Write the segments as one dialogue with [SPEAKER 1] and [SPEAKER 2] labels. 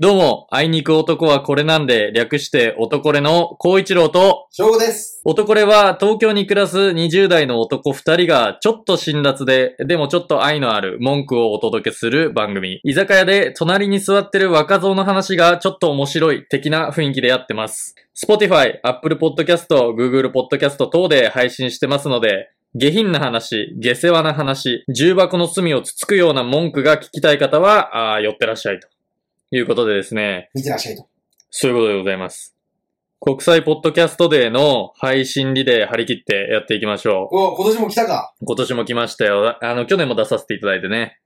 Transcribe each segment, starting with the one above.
[SPEAKER 1] どうも、あいにく男はこれなんで、略して男れの光一郎と、
[SPEAKER 2] 翔吾です。
[SPEAKER 1] 男れは東京に暮らす20代の男2人がちょっと辛辣で、でもちょっと愛のある文句をお届けする番組。居酒屋で隣に座ってる若造の話がちょっと面白い的な雰囲気でやってます。Spotify、Apple Podcast、Google Podcast 等で配信してますので、下品な話、下世話な話、重箱の隅をつつくような文句が聞きたい方は、あー寄ってらっしゃいと。いうことでですね、
[SPEAKER 2] 見てらっしゃいと。
[SPEAKER 1] そういうことでございます。国際ポッドキャストデーの配信リレー張り切ってやっていきましょ
[SPEAKER 2] お、今年も来たか。
[SPEAKER 1] う。今年も来ましたよ。あの、去年も出させていただいてね。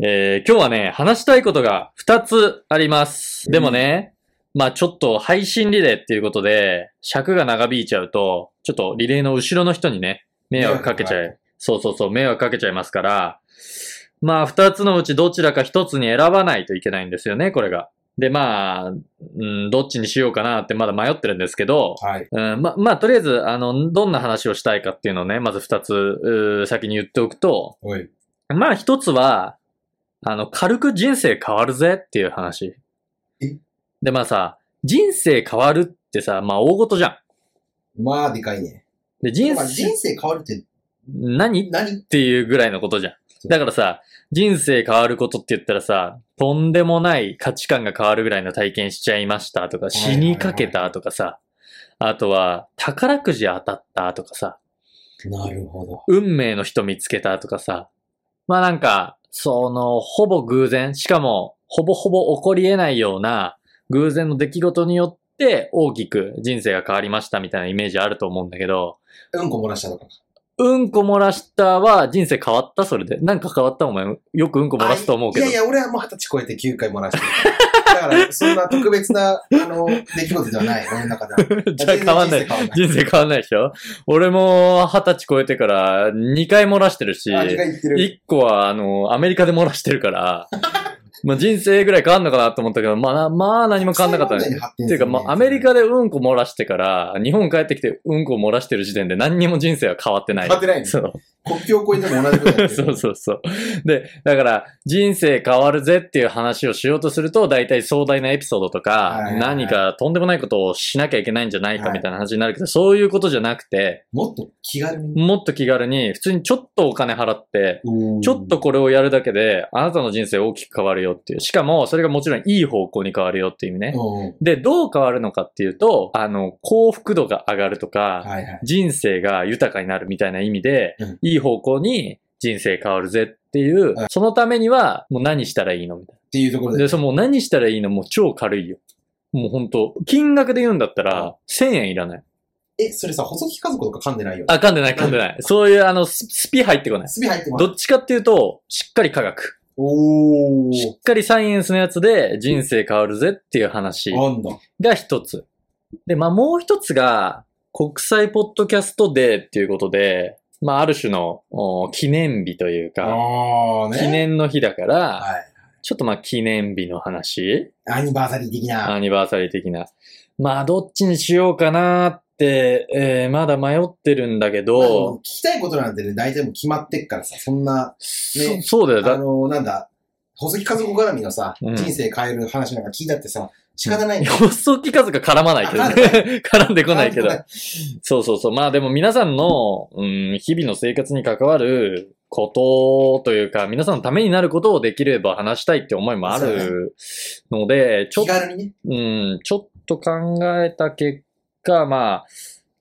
[SPEAKER 1] えー、今日はね、話したいことが2つあります。でもね、まあちょっと配信リレーっていうことで、尺が長引いちゃうと、ちょっとリレーの後ろの人にね、迷惑かけちゃ
[SPEAKER 2] 迷
[SPEAKER 1] い、そうそうそう、迷惑かけちゃいますから、まあ2つのうちどちらか1つに選ばないといけないんですよね、これが。で、まあ、うん、どっちにしようかなってまだ迷ってるんですけど、
[SPEAKER 2] はい。
[SPEAKER 1] うん、ま、まあ、とりあえず、あの、どんな話をしたいかっていうのをね、まず二つ、うー先に言っておくと、
[SPEAKER 2] おい。
[SPEAKER 1] まあ、一つは、あの、軽く人生変わるぜっていう話
[SPEAKER 2] え。
[SPEAKER 1] で、まあさ、人生変わるってさ、まあ、大事じゃん。
[SPEAKER 2] まあ、でかいね。
[SPEAKER 1] で、人
[SPEAKER 2] まあ
[SPEAKER 1] 生
[SPEAKER 2] 人、生変わるって
[SPEAKER 1] 何
[SPEAKER 2] 何
[SPEAKER 1] っていうぐらいのことじゃん。だからさ、人生変わることって言ったらさ、とんでもない価値観が変わるぐらいの体験しちゃいましたとか、
[SPEAKER 2] いはいは
[SPEAKER 1] 死
[SPEAKER 2] い
[SPEAKER 1] にかけたとかさ、あとは宝くじ当たったとかさ、
[SPEAKER 2] なるほど。
[SPEAKER 1] 運命の人見つけたとかさ、まあなんか、その、ほぼ偶然、しかも、ほぼほぼ起こり得ないような偶然の出来事によって大きく人生が変わりましたみたいなイメージあると思うんだけど、
[SPEAKER 2] うんこ漏らしたとか。
[SPEAKER 1] うんこ漏らしたは人生変わったそれで。なんか変わったお前、よくうんこ漏らすと思うけど。
[SPEAKER 2] あいやいや、俺はもう二十歳超えて9回漏らしてる。だ から、そんな特別な、あの、出来事ではない、俺の中では。
[SPEAKER 1] じゃあ変わんない。
[SPEAKER 2] 全然人
[SPEAKER 1] 人生変わんないでしょ俺も二十歳超えてから2回漏らしてるし、
[SPEAKER 2] 生変わんない。あ、二回言ってる。
[SPEAKER 1] 1個はあの、アメリカで漏らしてる から、まあ人生ぐらい変わんのかなと思ったけど、まあな、まあ何も変わんなかった
[SPEAKER 2] そうい
[SPEAKER 1] ね
[SPEAKER 2] う問題に。発
[SPEAKER 1] っ
[SPEAKER 2] 展
[SPEAKER 1] てい
[SPEAKER 2] す
[SPEAKER 1] うか、
[SPEAKER 2] るね
[SPEAKER 1] まあアメリカでうんこ漏らしてから、日本帰ってきてうんこ漏らしてる時点で何にも人生は変わってない。
[SPEAKER 2] 変わってないね
[SPEAKER 1] そう。
[SPEAKER 2] 国境を越えても同じことやって
[SPEAKER 1] そう
[SPEAKER 2] る。
[SPEAKER 1] そうそう。で、だから、人生変わるぜっていう話をしようとすると、大体壮大なエピソードと
[SPEAKER 2] はいはい
[SPEAKER 1] か
[SPEAKER 2] は、い
[SPEAKER 1] 何かとんでもないことをしなきゃいけないんじゃないかみたいな話になるけど、そういうことじゃなくて、
[SPEAKER 2] もっと気軽に。
[SPEAKER 1] もっと気軽に、普通にちょっとお金払って、ち
[SPEAKER 2] ち
[SPEAKER 1] ょっとこれをやるだけで、あなたの人生大きく変わるよっていう。しかも、それがもちろんいい方向に変わるよっていう意味ね。
[SPEAKER 2] うん。
[SPEAKER 1] で、どう変わるのかっていうと、あの、幸福度が上がるとか、
[SPEAKER 2] はいはい。
[SPEAKER 1] 人生が豊かになるみたいな意味で、
[SPEAKER 2] うん
[SPEAKER 1] いい方向に人生変わるぜっていう、
[SPEAKER 2] はい
[SPEAKER 1] そのためには、もう何したらいいのみたい
[SPEAKER 2] っていうところ
[SPEAKER 1] な。
[SPEAKER 2] で
[SPEAKER 1] で、。そのもう何したらいいのもう超軽いよ。もうほんと、金額で言うんだった
[SPEAKER 2] う
[SPEAKER 1] ら、1000円いらない。
[SPEAKER 2] え、それさ、細木家族とか噛んでないよね。
[SPEAKER 1] あ、噛んでない噛んでない。そういう、あの、ススピ入ってこない。
[SPEAKER 2] すび入ってます
[SPEAKER 1] ど。っちかっていうと、しっかり科学。
[SPEAKER 2] おー
[SPEAKER 1] し。っかりサイエンスのやつで人生変わるぜっていう話
[SPEAKER 2] なんだ。
[SPEAKER 1] が一つ。で、まあもう一つが、国際ポッドキャストデーっていうことで、まあある種のお記念日というか、
[SPEAKER 2] あーね。
[SPEAKER 1] 記念の日だから、
[SPEAKER 2] はい。
[SPEAKER 1] ちょっとまあ記念日の話、
[SPEAKER 2] アニバーサリー的な。
[SPEAKER 1] アニバーサリー的な。まあどっちにしようかなって、えーまだ迷ってるんだけど、
[SPEAKER 2] 聞きたいことなんてね、大体もう決まってっからさ、そんな、
[SPEAKER 1] そそうだよ。
[SPEAKER 2] あ
[SPEAKER 1] だ
[SPEAKER 2] の、なんだ、細木家族絡みのさ、
[SPEAKER 1] うん
[SPEAKER 2] 人生変える話なんか聞いたってさ、仕方ないんだよ。
[SPEAKER 1] 細木数が絡まないけど
[SPEAKER 2] 絡んで
[SPEAKER 1] ね。絡んでこないけど
[SPEAKER 2] 絡んでこ。
[SPEAKER 1] そうそうそう。まあでも皆さんの、うん、日々の生活に関わることというか、皆さんのためになることをできれば話したいって思いもあるので、ちょっ
[SPEAKER 2] 気
[SPEAKER 1] と
[SPEAKER 2] 軽にね。
[SPEAKER 1] うん、ちょっと考えた結果、まあ、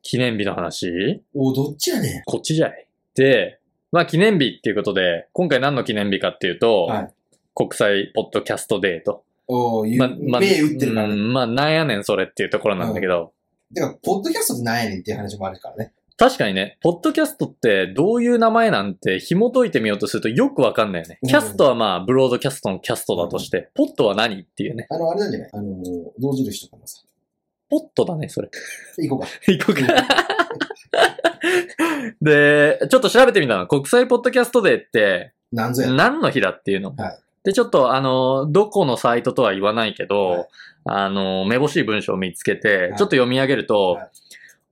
[SPEAKER 1] 記念日の話
[SPEAKER 2] おどっちやね
[SPEAKER 1] こっちじゃい。で、まあ記念日っていうことで、今回何の記念日かっていうと、
[SPEAKER 2] はい
[SPEAKER 1] 国際ポッドキャストデーと。
[SPEAKER 2] おゆ、目打ってるから
[SPEAKER 1] う
[SPEAKER 2] ね。
[SPEAKER 1] んまあなんやねんそれっていうところなんだけど、
[SPEAKER 2] てか、ポッドキャストってなんやねんっていう話もあるからね。
[SPEAKER 1] 確かにね、ポッドキャストってどういう名前なんて紐解いてみようとするとよくわかんないよね。
[SPEAKER 2] うん
[SPEAKER 1] キャストはまあ、ブロードキャストのキャストだとして、ポットは何っていうね。
[SPEAKER 2] あの、あれなんじゃないあの、同印とかもさ。
[SPEAKER 1] ポットだね、 それ。
[SPEAKER 2] 行こうか。
[SPEAKER 1] 行こうか。で、ちょっと調べてみたの。国際ポッドキャストデーって
[SPEAKER 2] なんぞ や。
[SPEAKER 1] 何の日だっていうの。
[SPEAKER 2] はい
[SPEAKER 1] で、ちょっとあの、どこのサイトとは言わないけど、
[SPEAKER 2] はい
[SPEAKER 1] あの、めぼしい文章を見つけて、
[SPEAKER 2] は
[SPEAKER 1] ち
[SPEAKER 2] い
[SPEAKER 1] ょっと読み上げると、
[SPEAKER 2] はい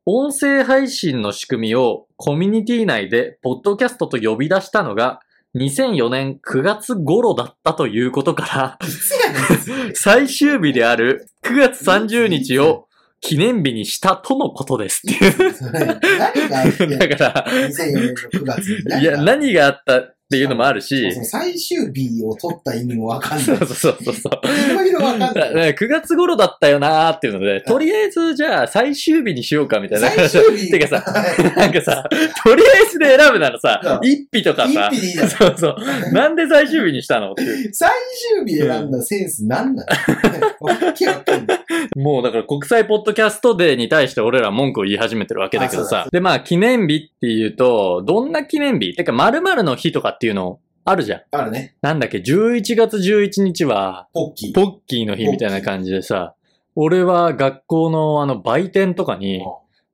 [SPEAKER 1] 音声配信の仕組みをコミュニティ内でポッドキャストと呼び出したのが2004年9月頃だったということから、
[SPEAKER 2] いつや
[SPEAKER 1] 最終日である9月30日を記念日にしたとのことですっていう。
[SPEAKER 2] 何があって、
[SPEAKER 1] だから、
[SPEAKER 2] 2004年の9月に
[SPEAKER 1] いや、
[SPEAKER 2] が
[SPEAKER 1] 何があったっていうのもあるし
[SPEAKER 2] そ、の最終日を取った意味もわかん
[SPEAKER 1] そ
[SPEAKER 2] な
[SPEAKER 1] う
[SPEAKER 2] い。
[SPEAKER 1] そうそうそう。
[SPEAKER 2] いろいろわかん
[SPEAKER 1] だか
[SPEAKER 2] ない。
[SPEAKER 1] ら9月頃だったよなーっていうので、とりあえずじゃあ最終日にしようかみたいな。
[SPEAKER 2] 最終日。
[SPEAKER 1] てかさ、
[SPEAKER 2] はい、
[SPEAKER 1] なんかさ、とりあえずで選ぶならさ、
[SPEAKER 2] う
[SPEAKER 1] 一匹とかさ
[SPEAKER 2] 一、匹でいいじゃん。
[SPEAKER 1] そうそう。なんで最終日にしたのっていう。
[SPEAKER 2] 最終日選んだセンスなんなのわけわかんない。
[SPEAKER 1] もうだから国際ポッドキャストデーに対して俺ら文句を言い始めてるわけだけど
[SPEAKER 2] あそうだ
[SPEAKER 1] さ。で、まあ記念日っていうと、どんな記念日てか〇〇の日とかっていうのあるじゃん。
[SPEAKER 2] あるね。
[SPEAKER 1] なんだっけ、11月11日は、
[SPEAKER 2] ポッキー。
[SPEAKER 1] ポッキーの日みたいな感じでさ、俺は学校のあの売店とかに、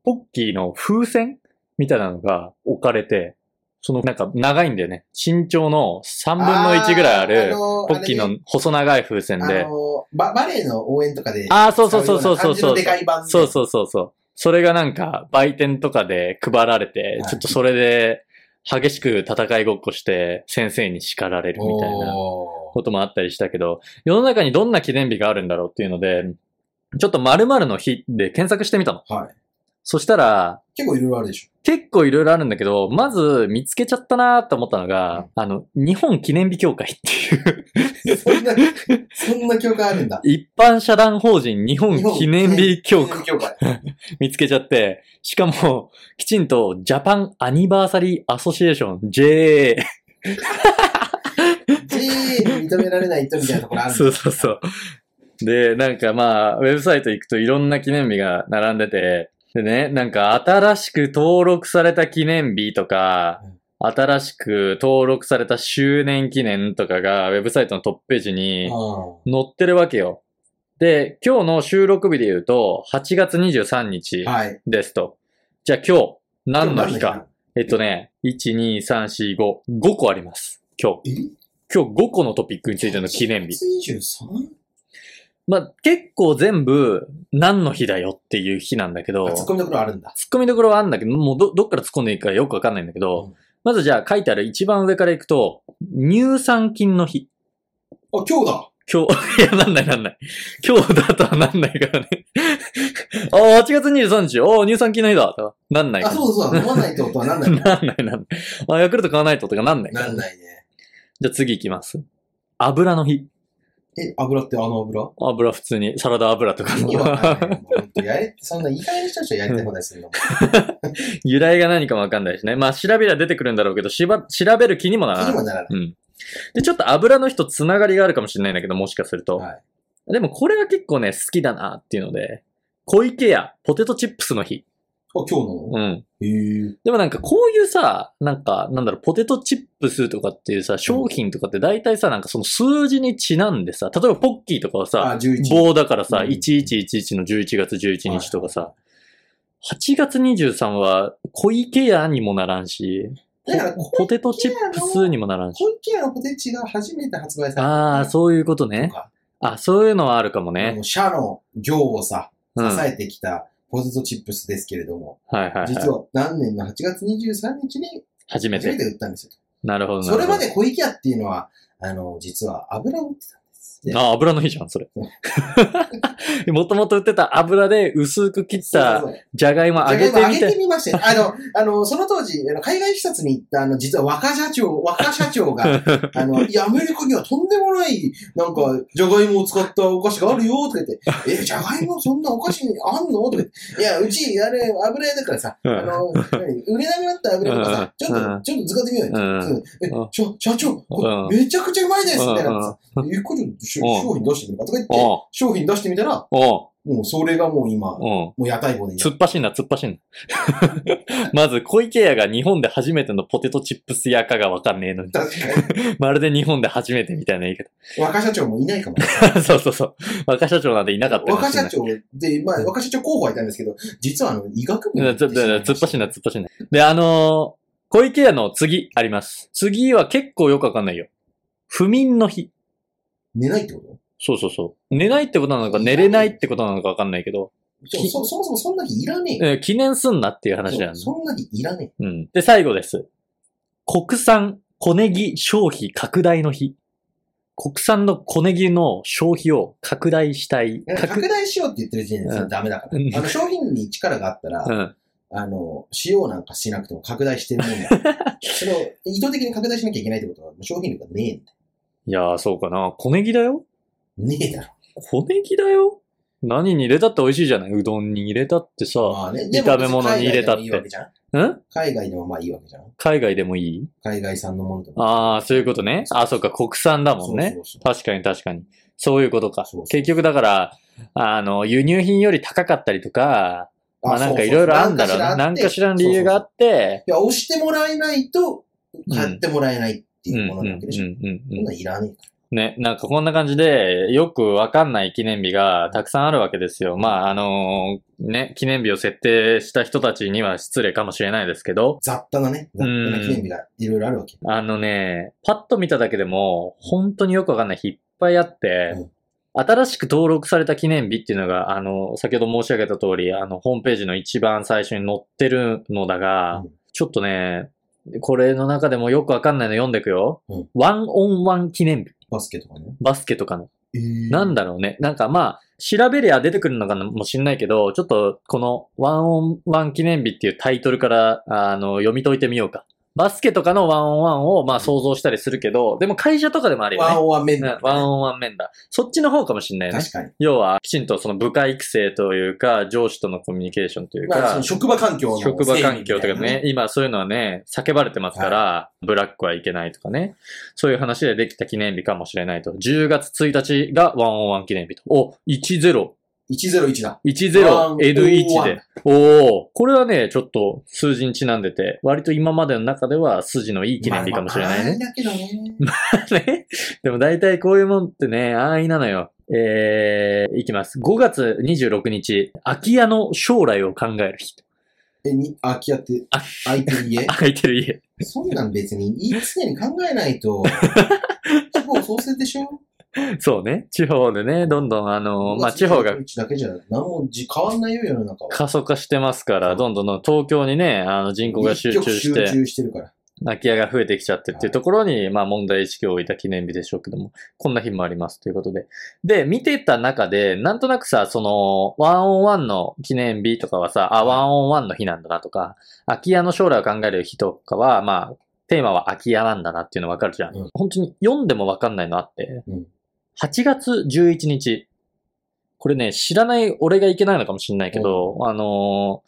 [SPEAKER 1] ポッキーの風船みたいなのが置かれて、そのなんか長いんだよね。身長の3分の1ぐらいある、ポ
[SPEAKER 2] ポ
[SPEAKER 1] ッキーの細長い風船
[SPEAKER 2] あ
[SPEAKER 1] で。
[SPEAKER 2] のバ、バレエの応援とかで。
[SPEAKER 1] ああ、そうそうそうそうそう
[SPEAKER 2] 使よ
[SPEAKER 1] そう
[SPEAKER 2] な感
[SPEAKER 1] う。
[SPEAKER 2] じのでかい版
[SPEAKER 1] そうそうそうそう。それがなんか売店とかで配られて、
[SPEAKER 2] はい
[SPEAKER 1] ちょっとそれで激しく戦いごっこして先生に叱られるみたいな。
[SPEAKER 2] おー
[SPEAKER 1] こともあったりしたけど、世の中にどんな記念日があるんだろうっていうので、ちょっと〇〇の日で検索してみたの。
[SPEAKER 2] はい。
[SPEAKER 1] そしたら、
[SPEAKER 2] 結構いろいろあるでし
[SPEAKER 1] 結構いろいろあるんだけど、まず見つけちゃったなと思ったのが、あの、日本記念日協会っていう、
[SPEAKER 2] ょ。そんな、そんな教会あるんだ。
[SPEAKER 1] 一般社団法人日本記念日協会
[SPEAKER 2] 記念日教会。
[SPEAKER 1] 見つけちゃって、しかも、きちんとジャパンアニバーサリーアソシエーション JA
[SPEAKER 2] 自由に認められないとみたいなところある んだ
[SPEAKER 1] そうそうそう。で、なんかまあ、ウェブサイト行くといろんな記念日が並んでて、でね、なんか新しく登録された記念日とか
[SPEAKER 2] うん、
[SPEAKER 1] 新しく登録された周年記念とかが、ウェブサイトのトップページに
[SPEAKER 2] うん
[SPEAKER 1] 載ってるわけよ。で、今日の収録日で言うと、8月23日
[SPEAKER 2] はい。
[SPEAKER 1] ですと。じゃあ今日、何の日
[SPEAKER 2] 今日
[SPEAKER 1] か。えっとね、1、2、3、4、5、5個あります。今日。
[SPEAKER 2] え
[SPEAKER 1] 今日5個のトピックについての記念日。
[SPEAKER 2] 23?
[SPEAKER 1] まあ、結構全部何の日だよっていう日なんだけど、
[SPEAKER 2] あ、ツッコ
[SPEAKER 1] 突っ
[SPEAKER 2] ミどころあるんだ。
[SPEAKER 1] 込みどころはあんだけど、もうど、どっから突っ込んでいいかよくわかんないんだけど、
[SPEAKER 2] うん
[SPEAKER 1] まずじゃあ書いてある一番上からいくと、乳酸菌の日。
[SPEAKER 2] あ、今日だ。
[SPEAKER 1] 今日、い や、なんないなんない。今日だとはなんないからね。 ああ、8月23日、おー乳酸菌の日だとはなんないか
[SPEAKER 2] あ、
[SPEAKER 1] ら。
[SPEAKER 2] そうそうそう。飲まないってことはなんな いの
[SPEAKER 1] なんないなんない。あ、ヤクルト買わないととかなんないか
[SPEAKER 2] な
[SPEAKER 1] ら。
[SPEAKER 2] んないね。
[SPEAKER 1] じゃあ次行きます。油の日。
[SPEAKER 2] え、油ってあの油
[SPEAKER 1] 油普通に、サラダ油とか
[SPEAKER 2] 意
[SPEAKER 1] の
[SPEAKER 2] 味わかんないよ。もうほんとやれ、そんな意外な人たちはやりたいことです るの。
[SPEAKER 1] 由来が何かもわかんないしね。まあ、調べりゃ出てくるんだろうけど、しば、調べる気にもな
[SPEAKER 2] 気
[SPEAKER 1] らな
[SPEAKER 2] に
[SPEAKER 1] い。
[SPEAKER 2] もならない。
[SPEAKER 1] うん。で、ちょっと油の人つながりがあるかもしれないんだけど、もしかすると。
[SPEAKER 2] はい
[SPEAKER 1] でも、これは結構ね、好きだなっていうので、小池屋、ポテトチップスの日。
[SPEAKER 2] あ、今日の
[SPEAKER 1] うん。
[SPEAKER 2] へえ。
[SPEAKER 1] でもなんか、こういうさ、なんか、なんだろう、ポテトチップスとかっていうさ、商品とかって大体さ、なんかその数字にちなんでさ、例えばポッキーとかはさ、
[SPEAKER 2] あ、11。
[SPEAKER 1] 棒だからさ、
[SPEAKER 2] うん
[SPEAKER 1] 1111の11月11日とかさ、8月23は小池屋にもならんし、
[SPEAKER 2] だから
[SPEAKER 1] ポテトチップスにもならんし。
[SPEAKER 2] 小池屋のポテチが初めて発売された。
[SPEAKER 1] ああ、そういうことね
[SPEAKER 2] と。か
[SPEAKER 1] あ、そういうのはあるかもね
[SPEAKER 2] も。う社の業をさ、
[SPEAKER 1] う
[SPEAKER 2] 支
[SPEAKER 1] ん。はい
[SPEAKER 2] えてきたポテトチップスですけれども、
[SPEAKER 1] はいはい。
[SPEAKER 2] 実は何年の8月23日に
[SPEAKER 1] 初め
[SPEAKER 2] 初め
[SPEAKER 1] て。
[SPEAKER 2] て売ったんですよ。
[SPEAKER 1] なるほどなる
[SPEAKER 2] そ
[SPEAKER 1] ほど。
[SPEAKER 2] れまで小池屋っていうのは、あの、実は油を売ってたんです。で
[SPEAKER 1] あ、油の日じゃん、それ。 もともと売ってた油で薄く切っ
[SPEAKER 2] そ
[SPEAKER 1] た
[SPEAKER 2] うそう
[SPEAKER 1] じゃがいも揚げ
[SPEAKER 2] じゃ
[SPEAKER 1] て
[SPEAKER 2] がいも
[SPEAKER 1] み
[SPEAKER 2] 揚げ
[SPEAKER 1] て
[SPEAKER 2] て。みまして、あの、 あの、その当時、あの海外視察に行った、あの、実は若社長、若社 長が、あの、いや、アメリカにはとんでもない、なんか、じゃがいもを使ったお菓子があるよ、と か言って、え、じゃがいもそんなお菓子にあんのとか言って、いや、うち、あれ、油屋だからさ、 あの、何売れなくなった油とかさ、ちょっ
[SPEAKER 1] う
[SPEAKER 2] と、
[SPEAKER 1] ん
[SPEAKER 2] ちょっと使ってみようよ。
[SPEAKER 1] うん
[SPEAKER 2] うんえ
[SPEAKER 1] うん、
[SPEAKER 2] 社社長、こ
[SPEAKER 1] うん
[SPEAKER 2] れめちゃくちゃうまいですみたいな
[SPEAKER 1] うん
[SPEAKER 2] さ、ゆっくりし
[SPEAKER 1] うん
[SPEAKER 2] 商品出してみるかとか言って、
[SPEAKER 1] おう
[SPEAKER 2] 商品出してみたら、
[SPEAKER 1] おう
[SPEAKER 2] もうそれがもう今、も
[SPEAKER 1] おう
[SPEAKER 2] う屋台骨に。
[SPEAKER 1] 突っ走んな、突っ走んな。 まず、小池屋が日本で初めてのポテトチップス屋かがわかんねえのに。
[SPEAKER 2] 確か
[SPEAKER 1] まるで日本で初めてみたいな言い方。
[SPEAKER 2] に。若社長もいないかも。
[SPEAKER 1] そうそうそう。若社長なんていなかった
[SPEAKER 2] 若社
[SPEAKER 1] 長
[SPEAKER 2] 長で、まあ、若社長候補はいたんですけど、実はあの、医学部に行ってしまいました
[SPEAKER 1] 突っ走んな、突っ走んな。で、あのー小池屋の次あります。次は結構よくわかんないよ。不眠の日。
[SPEAKER 2] 寝ないってこと
[SPEAKER 1] そうそうそう。寝ないってことなのか、寝れないってことなのかわかんないけど、
[SPEAKER 2] そそそもそもそんな日いらねえよ。
[SPEAKER 1] えー記念すんなっていう話だよね。
[SPEAKER 2] そうそんな日いらね
[SPEAKER 1] うん。で、最後です。国産小ネギ消費拡大の日。国産の小ネギの消費を拡大したい。
[SPEAKER 2] 拡大しようって言ってる時点でそれダメだから
[SPEAKER 1] うん。
[SPEAKER 2] あの、商品に力があったら、
[SPEAKER 1] うん。
[SPEAKER 2] あの、使用なんかしなくても拡大してるもんだ から。それを意図的に拡大しなきゃいけないってことは、もう商品力がねえんだよ。
[SPEAKER 1] いやー、そうかな。小ネギだよ
[SPEAKER 2] ねえだろ。
[SPEAKER 1] 小ネギだよ何に入れたって美味しいじゃないうどんに入れたってさ。
[SPEAKER 2] まあね、
[SPEAKER 1] 炒め物に入れたって
[SPEAKER 2] でも海外
[SPEAKER 1] ん
[SPEAKER 2] でもいいわけじゃん海外でもまあいいわけじゃん。
[SPEAKER 1] 海外でもいい
[SPEAKER 2] 海外産のものでも。
[SPEAKER 1] ああ、そういうことね。あ、そうか、国産だもんね。
[SPEAKER 2] そうそう
[SPEAKER 1] 確かに確かに。そういうことか
[SPEAKER 2] そうそう。
[SPEAKER 1] 結局だから、あの、輸入品より高かったりとか、
[SPEAKER 2] そう
[SPEAKER 1] まあなんかいろいろあるんだろうな。
[SPEAKER 2] な
[SPEAKER 1] なんん
[SPEAKER 2] か
[SPEAKER 1] か
[SPEAKER 2] し
[SPEAKER 1] し
[SPEAKER 2] ら
[SPEAKER 1] ら
[SPEAKER 2] あっ
[SPEAKER 1] の
[SPEAKER 2] て
[SPEAKER 1] 理由があって、
[SPEAKER 2] いや、押してもらえないと、買ってもらえないって
[SPEAKER 1] うん
[SPEAKER 2] いううんも
[SPEAKER 1] う
[SPEAKER 2] の
[SPEAKER 1] ん
[SPEAKER 2] なわけでしょ。
[SPEAKER 1] うん
[SPEAKER 2] そ
[SPEAKER 1] うんん
[SPEAKER 2] なんいらねえか
[SPEAKER 1] ね、なんかこんな感じで、よくわかんない記念日がたくさんあるわけですよ。まあ、あのね、記念日を設定した人たちには失礼かもしれないですけど、
[SPEAKER 2] ら。雑多なね、雑多な記念日がいろいろあるわけ。
[SPEAKER 1] あのね、パッと見ただけでも、本当によくわかんない日いっぱいあって、
[SPEAKER 2] うん
[SPEAKER 1] 新しく登録された記念日っていうのが、あの、先ほど申し上げた通り、あの、ホームページの一番最初に載ってるのだが、
[SPEAKER 2] うん
[SPEAKER 1] ちょっとね、これの中でもよくわかんないの読んでくよ。
[SPEAKER 2] うん
[SPEAKER 1] ワンオンワン記念日。
[SPEAKER 2] バスケとかね。
[SPEAKER 1] バスケとかの。
[SPEAKER 2] えー
[SPEAKER 1] なんだろうね。なんかまあ、調べりゃ出てくるのかもしんないけど、ちょっとこのワンオンワン記念日っていうタイトルから、あの、読み解いてみようか。バスケとかのワンオンワンをまあ想像したりするけど、でも会社とかでもあるよ
[SPEAKER 2] ワン
[SPEAKER 1] ね。
[SPEAKER 2] オンワンメン
[SPEAKER 1] うん
[SPEAKER 2] バー
[SPEAKER 1] ワンオンワンメンバー。そっちの方かもしんないよね。
[SPEAKER 2] 確かに。
[SPEAKER 1] 要は、きちんとその部下育成というか、上司とのコミュニケーションという
[SPEAKER 2] まあ、そ
[SPEAKER 1] か
[SPEAKER 2] の、職場環境の。
[SPEAKER 1] 職場環境とかね、。今そういうのはね、叫ばれてますから、ブラックはいけないとかね、そういう話でできた記念日かもしれないと。10月1日がワンオンワン記念日と。お、10、
[SPEAKER 2] 101だ。
[SPEAKER 1] 10N1
[SPEAKER 2] 101
[SPEAKER 1] で。おおこれはね、ちょっと数字にちなんでて、割と今までの中では筋のいい記念日かもしれないね。
[SPEAKER 2] まあまあ安易だけど ね。
[SPEAKER 1] ねでも大体こういうもんってね、安易なのよ。えー、いきます。5月26日、空き家の将来を考える日。
[SPEAKER 2] え、に、空き家って、空いてる家
[SPEAKER 1] 空いてる家。
[SPEAKER 2] そんなん別に、い常に考えな いと、地方創生でしょ
[SPEAKER 1] そうね。地方でね、どんどんあの、まあ、地方が
[SPEAKER 2] うちだけじゃ、何もじ変わんないよ、世の中は。
[SPEAKER 1] 過疎化してますから、どんどんどん東京にね、あの人口が集中し
[SPEAKER 2] 一極集
[SPEAKER 1] て、
[SPEAKER 2] 中してるから。
[SPEAKER 1] 空き家が増えてきちゃってっていうところに、まあ問題意識を置いた記念日でしょうけども、こんな日もありますということで。で、見てた中で、なんとなくさ、その、ワンオンワンの記念日とかはさ、あ、ワンオンワンの日なんだなとか、空き家の将来を考える日とかは、まあ、テーマは空き家なんだなっていうのわかるじゃん。
[SPEAKER 2] うん
[SPEAKER 1] 本当に読んでもわかんないのあって、
[SPEAKER 2] うん
[SPEAKER 1] 8月11日。これね、知らない俺がいけないのかもしれないけど、あの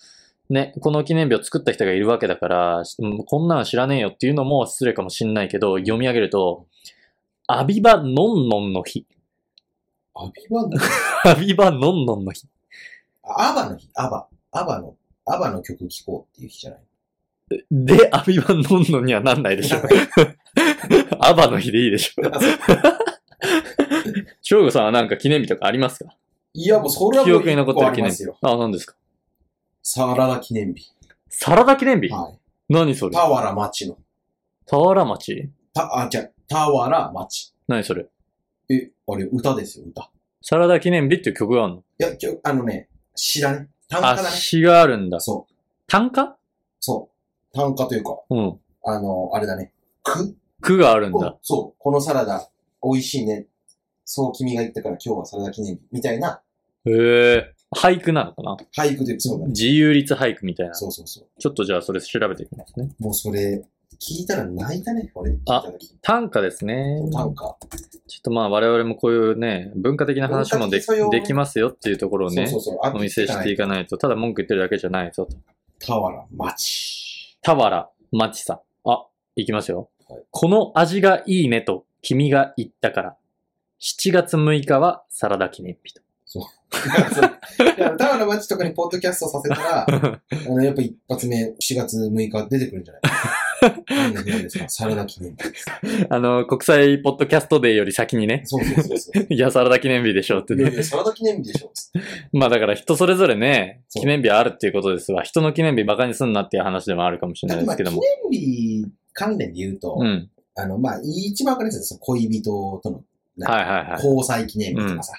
[SPEAKER 1] ーね、この記念日を作った人がいるわけだから、うんこんなん知らねえよっていうのも失礼かもしれないけど、読み上げると、アビバノンノンの日。
[SPEAKER 2] アビバの、
[SPEAKER 1] アビバノンノンの日。
[SPEAKER 2] アバの日、アバ。アバの、アバの曲聴こうっていう日じゃない。
[SPEAKER 1] で、アビバノンノンにはなんないでし ょ。アバの日でいいでしょ。翔吾さんはなんか記念日とかありますか
[SPEAKER 2] いや、もうそれは
[SPEAKER 1] 記
[SPEAKER 2] もう
[SPEAKER 1] 憶に
[SPEAKER 2] 一
[SPEAKER 1] 残って
[SPEAKER 2] 個あ
[SPEAKER 1] る記
[SPEAKER 2] りま
[SPEAKER 1] 念
[SPEAKER 2] す
[SPEAKER 1] 日
[SPEAKER 2] よ。。
[SPEAKER 1] あ、何ですか
[SPEAKER 2] サラダ記念日。
[SPEAKER 1] サラダ記念日
[SPEAKER 2] はい。
[SPEAKER 1] 何それ
[SPEAKER 2] 田原町の。
[SPEAKER 1] 俵原町
[SPEAKER 2] た、あ、じゃ田原町。
[SPEAKER 1] 何それ
[SPEAKER 2] え、あれ、歌ですよ、歌。
[SPEAKER 1] サラダ記念日っていう曲があるの
[SPEAKER 2] いや、きょあのね、詩だね。短
[SPEAKER 1] あ
[SPEAKER 2] 歌だ、ね。
[SPEAKER 1] 詩があるんだ。
[SPEAKER 2] そう、
[SPEAKER 1] 単価
[SPEAKER 2] そう。短歌というか、
[SPEAKER 1] うん。
[SPEAKER 2] あの、あれだね。く
[SPEAKER 1] 句があるんだ。
[SPEAKER 2] そう、このサラダ、美味しいね。そう君が言ったから今日はサラダ記念日。みたいな
[SPEAKER 1] へえ。俳句なのかな
[SPEAKER 2] 俳句で、そうだね。
[SPEAKER 1] 自由律俳句みたいな。ち
[SPEAKER 2] そうそうそう。
[SPEAKER 1] ょっとじゃあそれ調べていきますね。
[SPEAKER 2] もうそれ、聞いたら泣いたね、俺。聞いた時。
[SPEAKER 1] 短歌ですね。
[SPEAKER 2] 短歌。
[SPEAKER 1] ちょっとまあ我々もこういうね、文化的な話もで
[SPEAKER 2] 文化的素養をね
[SPEAKER 1] できますよっていうところを
[SPEAKER 2] そう
[SPEAKER 1] ね
[SPEAKER 2] そ、うそう。
[SPEAKER 1] お見せしてい
[SPEAKER 2] か
[SPEAKER 1] かないと、ただ文句言ってるだけじゃないぞと。
[SPEAKER 2] 田原町。
[SPEAKER 1] 田原、町さん。あ、いきますよ
[SPEAKER 2] はい。
[SPEAKER 1] この味がいいねと君が言ったから。7月6日はサラダ記念日と。
[SPEAKER 2] そうだから田原町とかにポッドキャストさせた ら、あの、やっぱ一発目、4月6日出てくるんじゃない何の日なんですかサラダ記念日です。
[SPEAKER 1] あの、国際ポッドキャストデーより先にね、
[SPEAKER 2] そうそうそうそう。
[SPEAKER 1] いや、サラダ記念日でしょって
[SPEAKER 2] いや
[SPEAKER 1] ね。
[SPEAKER 2] いや、サラダ記念日でしょ。つって
[SPEAKER 1] まあだから人それぞれね、
[SPEAKER 2] そう
[SPEAKER 1] 記念日あるっていうことですわ。人の記念日バカにすんなっていう話でもあるかもしれ
[SPEAKER 2] だ
[SPEAKER 1] な
[SPEAKER 2] っ
[SPEAKER 1] い
[SPEAKER 2] て
[SPEAKER 1] で
[SPEAKER 2] ま
[SPEAKER 1] す
[SPEAKER 2] あ、
[SPEAKER 1] け
[SPEAKER 2] 記
[SPEAKER 1] ど
[SPEAKER 2] 念
[SPEAKER 1] も。
[SPEAKER 2] 日関連で言うと、
[SPEAKER 1] うん。
[SPEAKER 2] あの、まあ、一番わかりやすいですよ。恋人との
[SPEAKER 1] はいはいはい。
[SPEAKER 2] 交際記念日とかさ。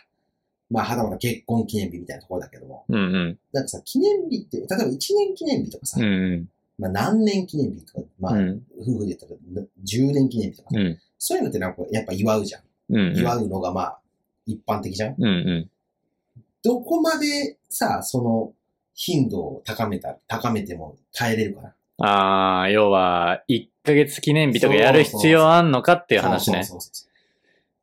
[SPEAKER 2] まあ、はたまた結婚記念日みたいなところだけども。
[SPEAKER 1] うんうん。
[SPEAKER 2] なんかさ、記念日って、例えば1年記念日とかさ、
[SPEAKER 1] うんうん。
[SPEAKER 2] まあ何年記念日とか、まあ、
[SPEAKER 1] うん。
[SPEAKER 2] 夫婦で言ったら10年記念日とかさ、
[SPEAKER 1] うん。
[SPEAKER 2] そういうのってなんかやっぱ祝うじゃん。
[SPEAKER 1] うん。
[SPEAKER 2] 祝うのがまあ、一般的じゃん
[SPEAKER 1] うんう
[SPEAKER 2] どこまでさ、その、頻度を高めた、高めても耐えれるかな。っ
[SPEAKER 1] ん。ああ、要は、1ヶ月記念日とかやる必要あんのかって
[SPEAKER 2] て
[SPEAKER 1] いう話ね。
[SPEAKER 2] そうそうそう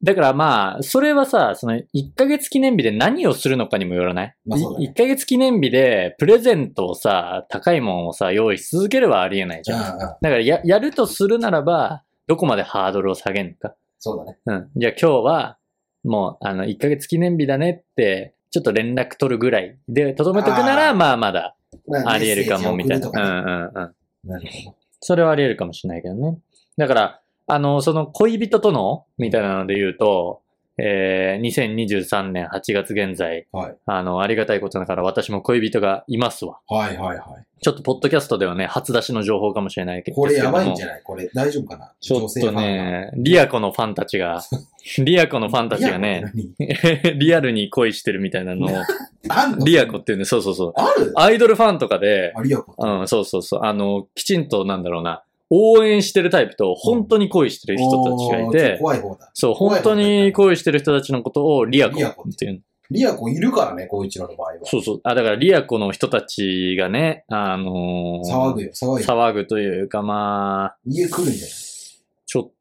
[SPEAKER 1] だからまあ、それはさ、その1ヶ月記念日で何をするのかにもよらない、
[SPEAKER 2] まあそうだね
[SPEAKER 1] い ?1 ヶ月記念日でプレゼントをさ、高いもんをさ、用意し続ければありえないじ
[SPEAKER 2] そう。
[SPEAKER 1] ゃん。
[SPEAKER 2] あ
[SPEAKER 1] だ
[SPEAKER 2] あ、ああ
[SPEAKER 1] からや、やるとするならば、どこまでハードルを下げるのか。
[SPEAKER 2] そうだね。
[SPEAKER 1] うん。じゃあ今日は、もう、あの、1ヶ月記念日だねって、ちょっと連絡取るぐらいで、とどめとくなら、
[SPEAKER 2] あー
[SPEAKER 1] まあまだ、
[SPEAKER 2] ま
[SPEAKER 1] ありえるかも、
[SPEAKER 2] メ
[SPEAKER 1] み
[SPEAKER 2] ッセ
[SPEAKER 1] た
[SPEAKER 2] ー
[SPEAKER 1] い
[SPEAKER 2] ジ
[SPEAKER 1] な。う
[SPEAKER 2] を送るとかね
[SPEAKER 1] んうんうん。
[SPEAKER 2] なるほ
[SPEAKER 1] それはあり得るかもしれないけどね。だから、あの、その恋人との、みたいなので言うと、えー、2023年8月現在、
[SPEAKER 2] ど。はい。
[SPEAKER 1] あの、ありがたいことだから私も恋人がいますわ。
[SPEAKER 2] はいはいはい。
[SPEAKER 1] ちょっとポッドキャストではね、初出しの情報かもしれないけど。
[SPEAKER 2] これやばいんじ
[SPEAKER 1] ゃ
[SPEAKER 2] ゃないこれ大丈夫かな
[SPEAKER 1] ちょ
[SPEAKER 2] 女
[SPEAKER 1] っ
[SPEAKER 2] 性
[SPEAKER 1] と
[SPEAKER 2] ファンが。
[SPEAKER 1] ね、リアコのファンたち が、リアコのファンたちがね、 リアルに恋してるみたいなのを、
[SPEAKER 2] リアコ何。あんの
[SPEAKER 1] リアコっていうね、そうそうそう。
[SPEAKER 2] ある
[SPEAKER 1] アイドルファンとかで、
[SPEAKER 2] あ、リアコ。
[SPEAKER 1] うん、そうそうそう。あの、きちんと、なんだろうな、応援してるタイプと、本当に恋してる人たちがい
[SPEAKER 2] おーちょっと
[SPEAKER 1] て、
[SPEAKER 2] 怖い方だ。
[SPEAKER 1] そう、本当に恋してる人たちのことをリアコ
[SPEAKER 2] リアコ
[SPEAKER 1] っていうの。
[SPEAKER 2] リアコいるからね、こういちの場合は。
[SPEAKER 1] そうそう。あ、だからリアコの人たちがね、あのー
[SPEAKER 2] 騒ぐよ、騒いで。
[SPEAKER 1] 騒ぐというか、まあ、
[SPEAKER 2] 家来るんじゃ
[SPEAKER 1] ちょっ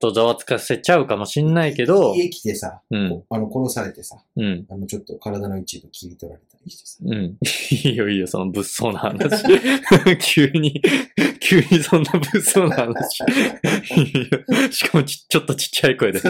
[SPEAKER 1] とざわつかせちゃうかもしんな
[SPEAKER 2] ない
[SPEAKER 1] いけど、
[SPEAKER 2] 家来てさ、
[SPEAKER 1] うん、
[SPEAKER 2] あの、殺されてさ、
[SPEAKER 1] うん、
[SPEAKER 2] あの、ちょっと体の一部切り取られたりしてさ。
[SPEAKER 1] うん。 いいよいいよ、その物騒な話。 急に、 急にそんな物騒な話。いいよしかもち、ちょっとちっちゃい声で。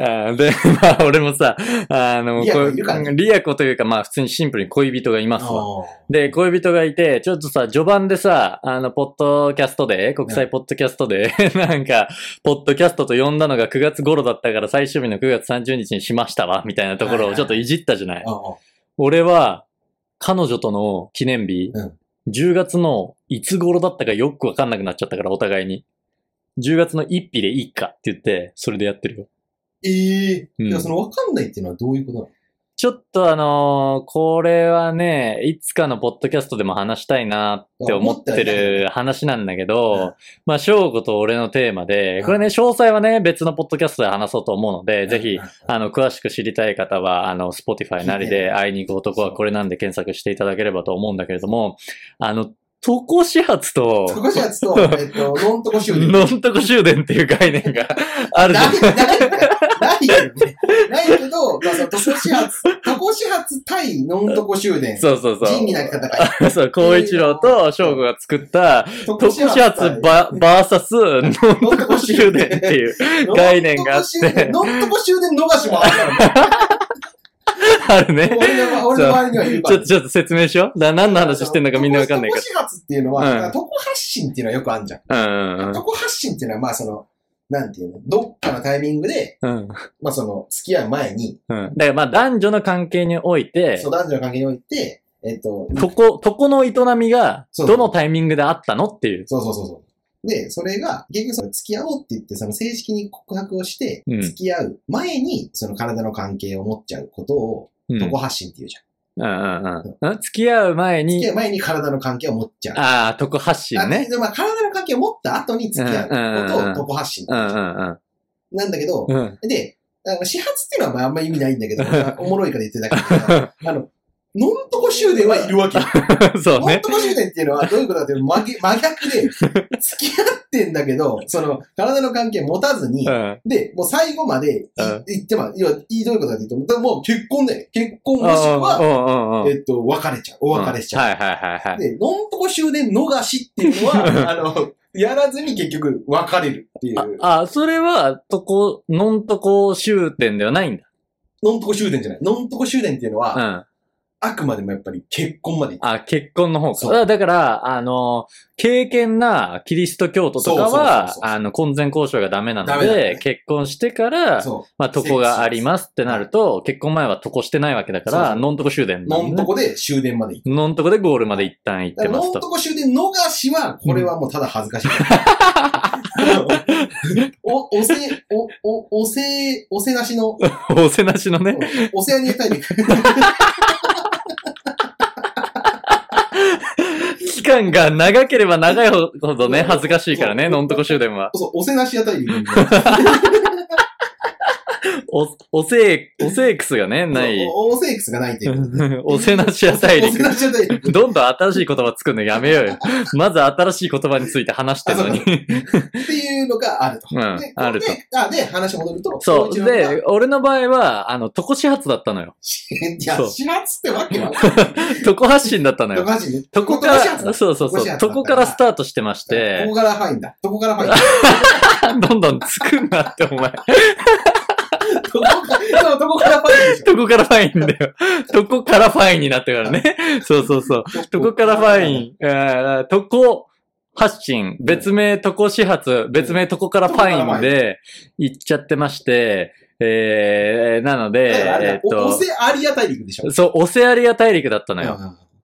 [SPEAKER 1] あーで、まあ、俺もさ、あの、
[SPEAKER 2] リアコ
[SPEAKER 1] こ
[SPEAKER 2] いるから
[SPEAKER 1] うリアコというか、まあ、普通にシンプルに恋人がいますわ。
[SPEAKER 2] あ
[SPEAKER 1] で、恋人がいて、ちょっとさ、序盤でさ、あの、ポッドキャストで、国際ポッドキャストで、 なんか、ポッドキャストと呼んだのが9月頃だったから最終日の9月30日にしましたわ、みたいなところをちょっといじったじゃない
[SPEAKER 2] ー。あ
[SPEAKER 1] 俺は、彼女との記念日、
[SPEAKER 2] うん
[SPEAKER 1] 10月のいつ頃だったかよくわかんなくなっちゃったから、お互いに。10月の1日でいいかって言って、それでやってるよ。
[SPEAKER 2] ええ
[SPEAKER 1] うん
[SPEAKER 2] いや、その、わかんないっていうのはどういうことなの
[SPEAKER 1] ちょっとあのーこれはね、いつかのポッドキャストでも話したいなって思ってる話なんだけ
[SPEAKER 2] うん
[SPEAKER 1] ど、まあ、翔吾と俺のテーマで、これね、詳細はね、別のポッドキャストで話そうと思うので、ぜひ、あの、詳しく知りたい方は、あの、Spotify なりで、会いに行く男はこれなんで検索していただければと思うんだけれども、あの、トコ始発と、
[SPEAKER 2] とこしやつ と、えっと、ノンとこしゅうで。
[SPEAKER 1] ノントコ終電っていう概念があるじ
[SPEAKER 2] な
[SPEAKER 1] ゃ
[SPEAKER 2] い、
[SPEAKER 1] ん。
[SPEAKER 2] ないないよね。ないけど、まあ、その、とこしやつ、とこしやつ対ノンとこしゅうで。
[SPEAKER 1] そうそう
[SPEAKER 2] 仁義
[SPEAKER 1] そ
[SPEAKER 2] なき戦い。
[SPEAKER 1] う。 そう、孝一郎と翔吾が作った、
[SPEAKER 2] と
[SPEAKER 1] トコ始発ババーサスノントコ終電っていう概念があって、
[SPEAKER 2] ノンとこしゅうで逃しもあるからね
[SPEAKER 1] あるね。
[SPEAKER 2] 俺の俺の周りにはいるか
[SPEAKER 1] ちょ
[SPEAKER 2] ら
[SPEAKER 1] っと、。ちょっと説明しよう。な、何の話してんのかみんなわかんないか
[SPEAKER 2] 都市発っていうのは、
[SPEAKER 1] うん
[SPEAKER 2] だから都市発信っていうのはよくあるじゃん。
[SPEAKER 1] ら。うんうん
[SPEAKER 2] 都市発信っていうのは、まあその、なんていうの、どっかのタイミングで、
[SPEAKER 1] うん。うん
[SPEAKER 2] まあその、付き合う前に、
[SPEAKER 1] うん。だからまあ男女の関係において
[SPEAKER 2] そ、の男女の関係において、えっと、
[SPEAKER 1] とこ、とこの営みが、
[SPEAKER 2] そう
[SPEAKER 1] どのタイミングであったのっていう。
[SPEAKER 2] そうそうそうそう。で、それが、結局その、付き合おうって言って、その正式に告白をして、
[SPEAKER 1] うん
[SPEAKER 2] 付き合う前に、その体の関係を持っちゃうことを、
[SPEAKER 1] うん。う
[SPEAKER 2] 都
[SPEAKER 1] ん
[SPEAKER 2] 市発信っていうじゃん。
[SPEAKER 1] うんうん。ん付き合う前
[SPEAKER 2] 付き
[SPEAKER 1] に
[SPEAKER 2] 合う、前に体の関係を持っちゃう。
[SPEAKER 1] ああ、とこ発信
[SPEAKER 2] あ
[SPEAKER 1] ね。
[SPEAKER 2] でまあ、体の関係を持った後に付き合うことを都市発信って
[SPEAKER 1] う
[SPEAKER 2] いうんじ
[SPEAKER 1] う
[SPEAKER 2] ゃん
[SPEAKER 1] ん
[SPEAKER 2] なんだけど、
[SPEAKER 1] うん。うん。
[SPEAKER 2] で、あの始発っていうのはまああんまり意味ないんだけど、俺はおもろいから言ってた けど、あの、ノントコ終電はいるわけよ。
[SPEAKER 1] そう
[SPEAKER 2] ノン
[SPEAKER 1] ね。
[SPEAKER 2] トコ終電っていうのはどういうことかっていうと真逆真逆で、付き合ってんだけど、その、体の関係持たずに
[SPEAKER 1] う、ん。
[SPEAKER 2] で、もう最後まで
[SPEAKER 1] う
[SPEAKER 2] い
[SPEAKER 1] ん
[SPEAKER 2] 言ってま、要は、いいどういうことかっていうと、もう結婚だよね。結婚
[SPEAKER 1] うんう
[SPEAKER 2] もしくは、
[SPEAKER 1] んうんうん
[SPEAKER 2] え。っと、別れちゃう。お別れしちゃう。
[SPEAKER 1] はいはいはいはい。
[SPEAKER 2] で、ノントコ終電逃しっていう のは、あの、やらずに結局別れるっていう。
[SPEAKER 1] あ、あそれは、とこ、のんとこ終点ではないんだ。
[SPEAKER 2] ノントコ終電じゃない。ノントコ終電っていうのは
[SPEAKER 1] う、ん。
[SPEAKER 2] あくまでもやっぱり結婚まで行く。
[SPEAKER 1] あ、結婚の方
[SPEAKER 2] そう
[SPEAKER 1] か。あだから、あの、経験なキリスト教徒とか
[SPEAKER 2] そうそうそう
[SPEAKER 1] は
[SPEAKER 2] そ、う
[SPEAKER 1] あの、婚前交渉がダメな
[SPEAKER 2] ダ
[SPEAKER 1] の
[SPEAKER 2] メだ
[SPEAKER 1] で、
[SPEAKER 2] ね
[SPEAKER 1] 結婚してから、
[SPEAKER 2] そ
[SPEAKER 1] まあ、床がありますってなると、結婚前は床してないわけだか
[SPEAKER 2] そう
[SPEAKER 1] ら、
[SPEAKER 2] そう
[SPEAKER 1] ノンとこ終電
[SPEAKER 2] う。
[SPEAKER 1] な
[SPEAKER 2] ノ
[SPEAKER 1] んで
[SPEAKER 2] ン
[SPEAKER 1] ね
[SPEAKER 2] とこで終電まで行く。
[SPEAKER 1] ノンとこでゴールまで一旦行っ
[SPEAKER 2] だ
[SPEAKER 1] て
[SPEAKER 2] か
[SPEAKER 1] ま
[SPEAKER 2] らノ
[SPEAKER 1] す
[SPEAKER 2] ンと
[SPEAKER 1] と。
[SPEAKER 2] こ終電逃しは、これはもうただ恥ず かしい。お、おせ、お、お、おせ、おせなしの、
[SPEAKER 1] おせなしのね。
[SPEAKER 2] おせやに大陸。
[SPEAKER 1] 聞間が長ければ長いほどね、
[SPEAKER 2] そう
[SPEAKER 1] 恥ずかしいからね、
[SPEAKER 2] そう
[SPEAKER 1] のんとこ終電は。
[SPEAKER 2] そう、おせなし屋大陸。
[SPEAKER 1] お、おせえ、おせえくすがね、ない。
[SPEAKER 2] おおセックスがないという。
[SPEAKER 1] おせなし屋大
[SPEAKER 2] おせ
[SPEAKER 1] 陸。
[SPEAKER 2] なし屋大 陸。
[SPEAKER 1] どんどん新しい言葉作るのやめ ようよ。まず新しい言葉について話してるのに。
[SPEAKER 2] っていうのがあると。
[SPEAKER 1] うん
[SPEAKER 2] で
[SPEAKER 1] あると
[SPEAKER 2] であ、で、話戻ると。
[SPEAKER 1] そう。
[SPEAKER 2] 一郎が
[SPEAKER 1] で、俺の場合は、あの、床始発だった のよ。
[SPEAKER 2] いや
[SPEAKER 1] そ、う
[SPEAKER 2] 始末ってわけはない。
[SPEAKER 1] 床発進だったの
[SPEAKER 2] ど
[SPEAKER 1] よ。
[SPEAKER 2] こ始めど
[SPEAKER 1] 床
[SPEAKER 2] こ
[SPEAKER 1] か
[SPEAKER 2] 始
[SPEAKER 1] ら、
[SPEAKER 2] 発
[SPEAKER 1] そうそうそ
[SPEAKER 2] 床
[SPEAKER 1] う
[SPEAKER 2] 始発だっ。た
[SPEAKER 1] 床からスタートしてまし
[SPEAKER 2] ど
[SPEAKER 1] て
[SPEAKER 2] こ、から入んだどこから入んだ
[SPEAKER 1] どんどんつくんなって、お前。
[SPEAKER 2] どこから、そうどこから入るでし
[SPEAKER 1] 床からファインだよ。床からファインになってからね。そうそうそう。
[SPEAKER 2] ょ
[SPEAKER 1] 床からファイン、えー、床発信、別名床始発、別名床からファインで行っちゃってまして、えー、なので、
[SPEAKER 2] だからあれだ
[SPEAKER 1] えーっ
[SPEAKER 2] おお
[SPEAKER 1] と、
[SPEAKER 2] せアリア大陸でしょ
[SPEAKER 1] そう、オセアリア大陸だった
[SPEAKER 2] う
[SPEAKER 1] の
[SPEAKER 2] ん
[SPEAKER 1] よ。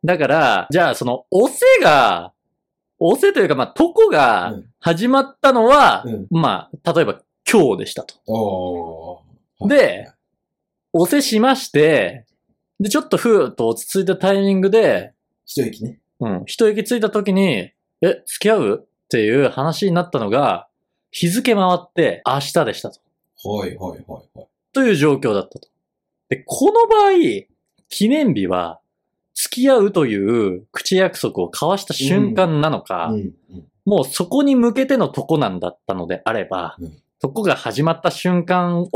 [SPEAKER 1] だから、じゃあその、オセが、オセというか、まあ、床が
[SPEAKER 2] うん
[SPEAKER 1] 始まったのは、
[SPEAKER 2] うん
[SPEAKER 1] まあ、例えば今日でしたと。
[SPEAKER 2] おー
[SPEAKER 1] で、おせしまして、で、ちょっとふーっと落ち着いたタイミングで、
[SPEAKER 2] 一息ね。
[SPEAKER 1] うん、一息ついた時に、え、付き合うっていう話になったのが、日付回って明日でしたと。
[SPEAKER 2] はいはいはいはい。
[SPEAKER 1] という状況だったと。で、この場合、記念日は、付き合うという口約束を交わした瞬間なのか、
[SPEAKER 2] うんうん
[SPEAKER 1] もうそこに向けてのとこなんだったのであれば、
[SPEAKER 2] うん
[SPEAKER 1] そこが始まった瞬間を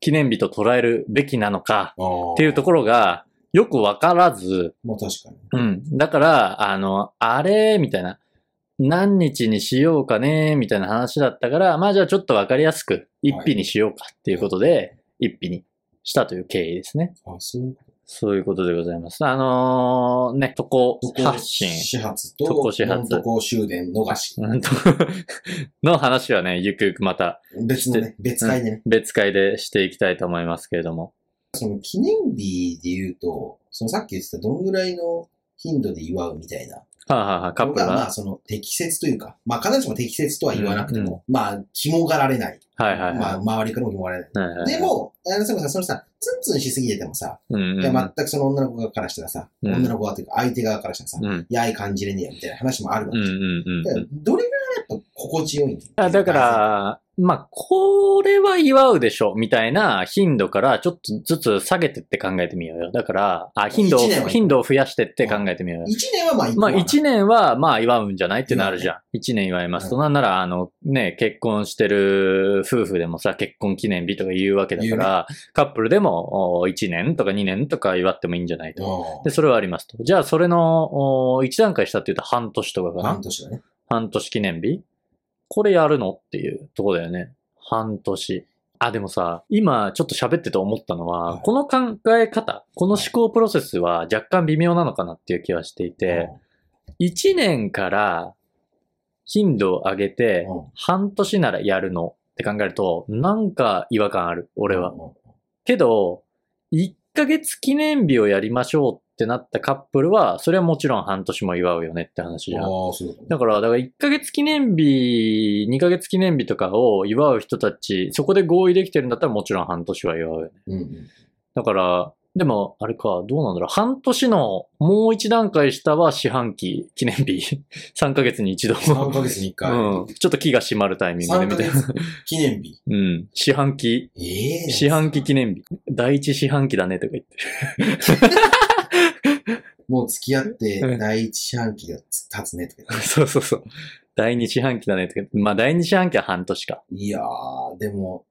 [SPEAKER 1] 記念日と捉えるべきなのか、
[SPEAKER 2] っ
[SPEAKER 1] っていうところがよくわからず、
[SPEAKER 2] ろ。まあ確かに。
[SPEAKER 1] うん。だから、あの、あれ、みたいな。何日にしようかね、みたいな話だったから、まあじゃあちょっとわかりやすく、一日にしようかっていうことで、一日にしたという経緯ですね。
[SPEAKER 2] あ、そういうこ
[SPEAKER 1] そういうことでございます。あのー、ね、とこ
[SPEAKER 2] と。
[SPEAKER 1] 発信。
[SPEAKER 2] 始発と、
[SPEAKER 1] 渡航始発
[SPEAKER 2] 渡航終電逃し。
[SPEAKER 1] うんと の話はね、ゆくゆくまた
[SPEAKER 2] 別のね、別会でね。
[SPEAKER 1] 別会でしていきたいと思いますけれども。
[SPEAKER 2] その記念日で言うと、そのさっき言ってたどんぐらいの頻度で祝うみたいな。
[SPEAKER 1] はあ、はあはあ、カップル
[SPEAKER 2] のがま
[SPEAKER 1] は
[SPEAKER 2] あ、その適切というか、まあ、必ずしも適切とは言わなくても、まあ、肝がられない。
[SPEAKER 1] はいはい
[SPEAKER 2] まあ、
[SPEAKER 1] は
[SPEAKER 2] 周りからも肝がられない。
[SPEAKER 1] い。はいはいはい
[SPEAKER 2] で、も、あの、さこさん、そのさ、ツンツンしすぎててもさ、
[SPEAKER 1] うん
[SPEAKER 2] いや、全くその女の子側からしたらさ、
[SPEAKER 1] うん
[SPEAKER 2] 女の子側というか、相手側からしたらさ、
[SPEAKER 1] うん。うん。
[SPEAKER 2] いや、愛感じれねえよ、みたいな話もあるわ
[SPEAKER 1] う
[SPEAKER 2] け
[SPEAKER 1] ん
[SPEAKER 2] じゃん。
[SPEAKER 1] うん
[SPEAKER 2] だ
[SPEAKER 1] う
[SPEAKER 2] か
[SPEAKER 1] ん
[SPEAKER 2] ら。どれぐらいやっぱ心地よいん
[SPEAKER 1] あだか、ら、まあ、これは祝うでしょ、みたいな頻度から、ちょっとずつ下げてって考えてみようよ。だから、あ、頻度を
[SPEAKER 2] 一年、は
[SPEAKER 1] 頻度を増やしてって考えてみようよ。
[SPEAKER 2] 一年はまあ、
[SPEAKER 1] まあ、
[SPEAKER 2] 一
[SPEAKER 1] 一年は、まあ、祝うんじゃないってなるじゃん。一年祝いますと。
[SPEAKER 2] う
[SPEAKER 1] なんなら、あの、ね、結婚してる夫婦でもさ、結婚記念日とか言うわけだから、カップルでも、お一年とか二年とか祝ってもいいんじゃないと。で、それはありますと。じゃあ、それの、お一段階したって言うと半年とかかな
[SPEAKER 2] 半。年だね。
[SPEAKER 1] 半年記念日これやるのっていうとこだよね。半年。あ、でもさ、今ちょっと喋ってて思ったのは、
[SPEAKER 2] はい
[SPEAKER 1] この考え方、この思考プロセスは若干微妙なのかなっていう気はしていて、1年から頻度を上げて
[SPEAKER 2] うん、
[SPEAKER 1] 半年ならやるのって考えると、なんか違和感ある、俺は
[SPEAKER 2] うん。。
[SPEAKER 1] けど、1ヶ月記念日をやりましょうってなったカップルは、それはもちろん半年も祝うよねって話じゃん
[SPEAKER 2] ああ。、そういうことね
[SPEAKER 1] だから、だから1ヶ月記念日、2ヶ月記念日とかを祝う人たち、そこで合意できてるんだったらもちろん半年は祝うよね。
[SPEAKER 2] うんうん。
[SPEAKER 1] だから、でも、あれか、どうなんだろう。半年の、もう一段階下は四半期記念日。3ヶ 月に一度。
[SPEAKER 2] 3ヶ月に1回。
[SPEAKER 1] うん。ちょっと気が締まるタイミングで
[SPEAKER 2] 3
[SPEAKER 1] み
[SPEAKER 2] ヶ
[SPEAKER 1] たいな。
[SPEAKER 2] 月記念 日。
[SPEAKER 1] うん。四半期。
[SPEAKER 2] ええ
[SPEAKER 1] 四半期記念日。第一四半期だねとか言って る。
[SPEAKER 2] もう付き合って
[SPEAKER 1] うん、
[SPEAKER 2] 第一四半期が経つねとか言って。
[SPEAKER 1] そうそうそう。第二四半期だねとか言って。まあ、第二四半期は半年か。
[SPEAKER 2] いやー、でも、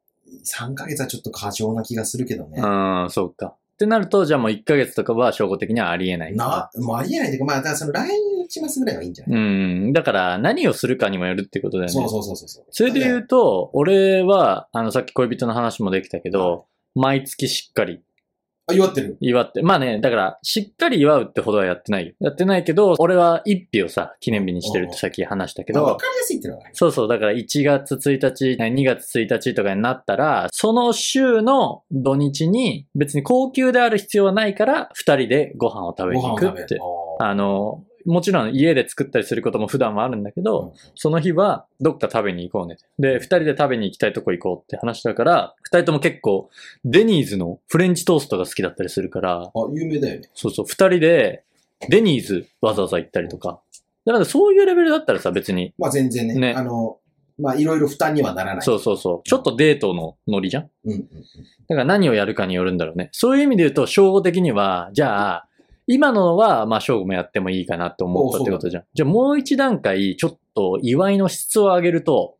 [SPEAKER 2] 3ヶ月はちょっと過剰な気がするけどね。
[SPEAKER 1] うん、そうか。ってなると、じゃあもう1ヶ月とかは、証拠的にはありえない。
[SPEAKER 2] な、もうありえないというか、まあ、だからその LINE 打ちますぐらいはいいんじゃない、
[SPEAKER 1] うん。だから、何をするかにもよるってことだよね。
[SPEAKER 2] そうそうそうそうそう。
[SPEAKER 1] それで言うと、俺は、あの、さっき恋人の話もできたけど、毎月しっかり
[SPEAKER 2] あ、祝ってる。
[SPEAKER 1] 祝って、まあね、だから、しっかり祝うってほどはやってないよ。やってないけど、俺は一日をさ、記念日にしてるってさっき話したけ
[SPEAKER 2] まあわ
[SPEAKER 1] ど、
[SPEAKER 2] かりやすいっていうのはある。
[SPEAKER 1] そうそう、だから1月1日、2月1日とかになったら、その週の土日に、別に高級である必要はないから、2人でご飯を食べに行くって
[SPEAKER 2] あ
[SPEAKER 1] あの、もちろん家で作ったりすることも普段はあるんだけど、
[SPEAKER 2] うん
[SPEAKER 1] その日はどっか食べに行こうね。で、二人で食べに行きたいとこ行こうって話だから、二人とも結構デニーズのフレンチトーストが好きだったりするから、
[SPEAKER 2] あ、有名だよね。
[SPEAKER 1] そうそう、二人でデニーズわざわざ行ったりとか、だからそういうレベルだったらさ、別に。
[SPEAKER 2] まあ全然ね。
[SPEAKER 1] ね
[SPEAKER 2] あの、まあいろいろ負担にはならない。
[SPEAKER 1] そうそうそう。ちょっとデートのノリじゃん
[SPEAKER 2] うんうんうん。
[SPEAKER 1] だから何をやるかによるんだろうね。そういう意味で言うと、称号的には、じゃあ、今のは、まあ、正吾もやってもいいかなって思ったってことじゃん。じゃあ、もう一段階、ちょっと、祝いの質を上げると、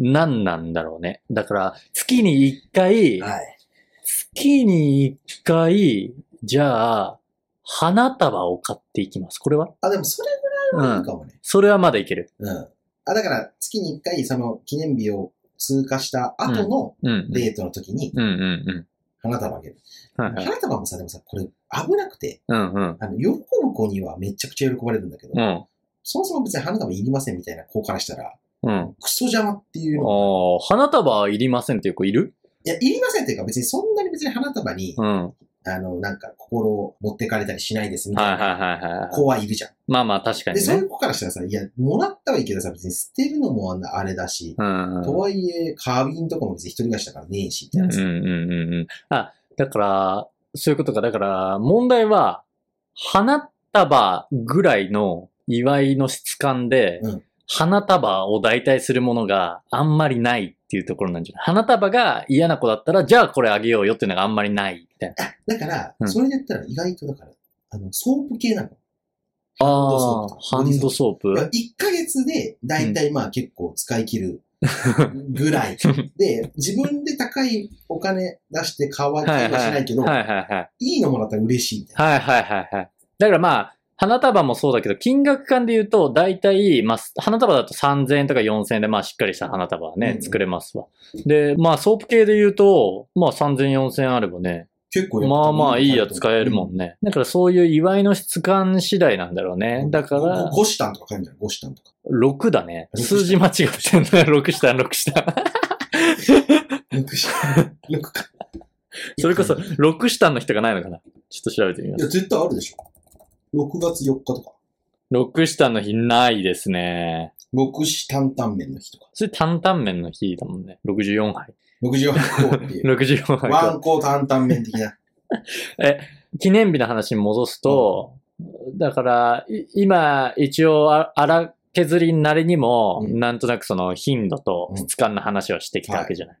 [SPEAKER 1] 何なんだろうね。だから、月に一回、
[SPEAKER 2] はい。
[SPEAKER 1] 月に一回、じゃあ、花束を買っていきます。これは
[SPEAKER 2] あ、でもそれぐらいはいいかもね。
[SPEAKER 1] それはまだいける。
[SPEAKER 2] うん。あ、だから月に一回その記念日を通過した後の
[SPEAKER 1] うん。うん
[SPEAKER 2] デートの時に
[SPEAKER 1] うんうん
[SPEAKER 2] 花束あげる。
[SPEAKER 1] うん。はいはい。
[SPEAKER 2] 花束もさ、でもさ、これ危なくて、
[SPEAKER 1] うんうん。
[SPEAKER 2] あの、喜ぶ子にはめちゃくちゃ喜ばれるんだけど、
[SPEAKER 1] うん。
[SPEAKER 2] そもそも別に花束いりませんみたいな子からしたら、
[SPEAKER 1] うん。
[SPEAKER 2] クソ邪魔っていうの。
[SPEAKER 1] ああ、花束いりませんっていう子いる
[SPEAKER 2] いや、いりませんっていうか別にそんなに別に花束に、
[SPEAKER 1] うん。はい
[SPEAKER 2] あの、なんか心を持ってかれたりしないですみ
[SPEAKER 1] は
[SPEAKER 2] た
[SPEAKER 1] い
[SPEAKER 2] いな
[SPEAKER 1] はいはいはい。
[SPEAKER 2] 子はいるじゃん。
[SPEAKER 1] まあまあ確か
[SPEAKER 2] で、
[SPEAKER 1] に
[SPEAKER 2] そうい
[SPEAKER 1] ね。
[SPEAKER 2] う子からしたらさ、いや、もらったはいいけどさ、別に捨てるのもあんなあれだし、
[SPEAKER 1] うんうん
[SPEAKER 2] とはいえ、花瓶とかも別に一人暮らしだからねえし、み
[SPEAKER 1] う
[SPEAKER 2] たい
[SPEAKER 1] ん
[SPEAKER 2] なさ。
[SPEAKER 1] うんうんうん。あ、だから、そういうことか。だから、問題は、花束ぐらいの祝いの質感で、
[SPEAKER 2] うん
[SPEAKER 1] 花束を代替するものがあんまりないっていうところなんじゃない花束が嫌な子だったら、じゃあこれあげようよっていうのがあんまりないみたいな。
[SPEAKER 2] だから、
[SPEAKER 1] うん
[SPEAKER 2] それで言ったら意外とだから、あの、ソープ系なの。
[SPEAKER 1] あ
[SPEAKER 2] ドソープ
[SPEAKER 1] あー、ハンドソープ。
[SPEAKER 2] 1ヶ月で、だいたいまあ結構使い切るぐらい。で、自分で高いお金出して買
[SPEAKER 1] は
[SPEAKER 2] わないいはし
[SPEAKER 1] は
[SPEAKER 2] ない
[SPEAKER 1] い
[SPEAKER 2] けど、い
[SPEAKER 1] はいはいはい。
[SPEAKER 2] い、のもらったら嬉しいみたいな。
[SPEAKER 1] はいはいはいはい。だからまあ、花束もそうだけど、金額感で言うと、大体、まあ、花束だと3000円とか4000円で、まあ、しっかりした花束はね、
[SPEAKER 2] うん
[SPEAKER 1] 作れますわ。で、まあ、ソープ系で言うと、まあ、3000、4000円あればね、
[SPEAKER 2] 結構
[SPEAKER 1] まあまあ、いいやつ買えるも
[SPEAKER 2] ね
[SPEAKER 1] んね。だから、そういう祝いの質感次第なんだろうね。だから、
[SPEAKER 2] ゴシタンとか買えるんじゃん、ゴシタンとか。
[SPEAKER 1] 6だね。
[SPEAKER 2] 六
[SPEAKER 1] 数字間違ってんだよ。6した、6した。
[SPEAKER 2] 6したん。6か。
[SPEAKER 1] それこそ、
[SPEAKER 2] い
[SPEAKER 1] 6したの人がないのかな。ちょっと調べてみます
[SPEAKER 2] や、。絶対あるでしょ。6月4日とか。
[SPEAKER 1] 6したの日ないですね。
[SPEAKER 2] 6し担々麺の日とか。
[SPEAKER 1] それ、担々麺の日だもんね。64杯。
[SPEAKER 2] 64 個っていう。
[SPEAKER 1] 64杯
[SPEAKER 2] ワ
[SPEAKER 1] か。
[SPEAKER 2] ンコ担々麺 的な。
[SPEAKER 1] 記念日の話に戻すと、だから、い今、一応、あ荒削りなりにも、
[SPEAKER 2] うん
[SPEAKER 1] なんとなくその頻度と
[SPEAKER 2] うん
[SPEAKER 1] 質感の話をしてきたわけじゃない。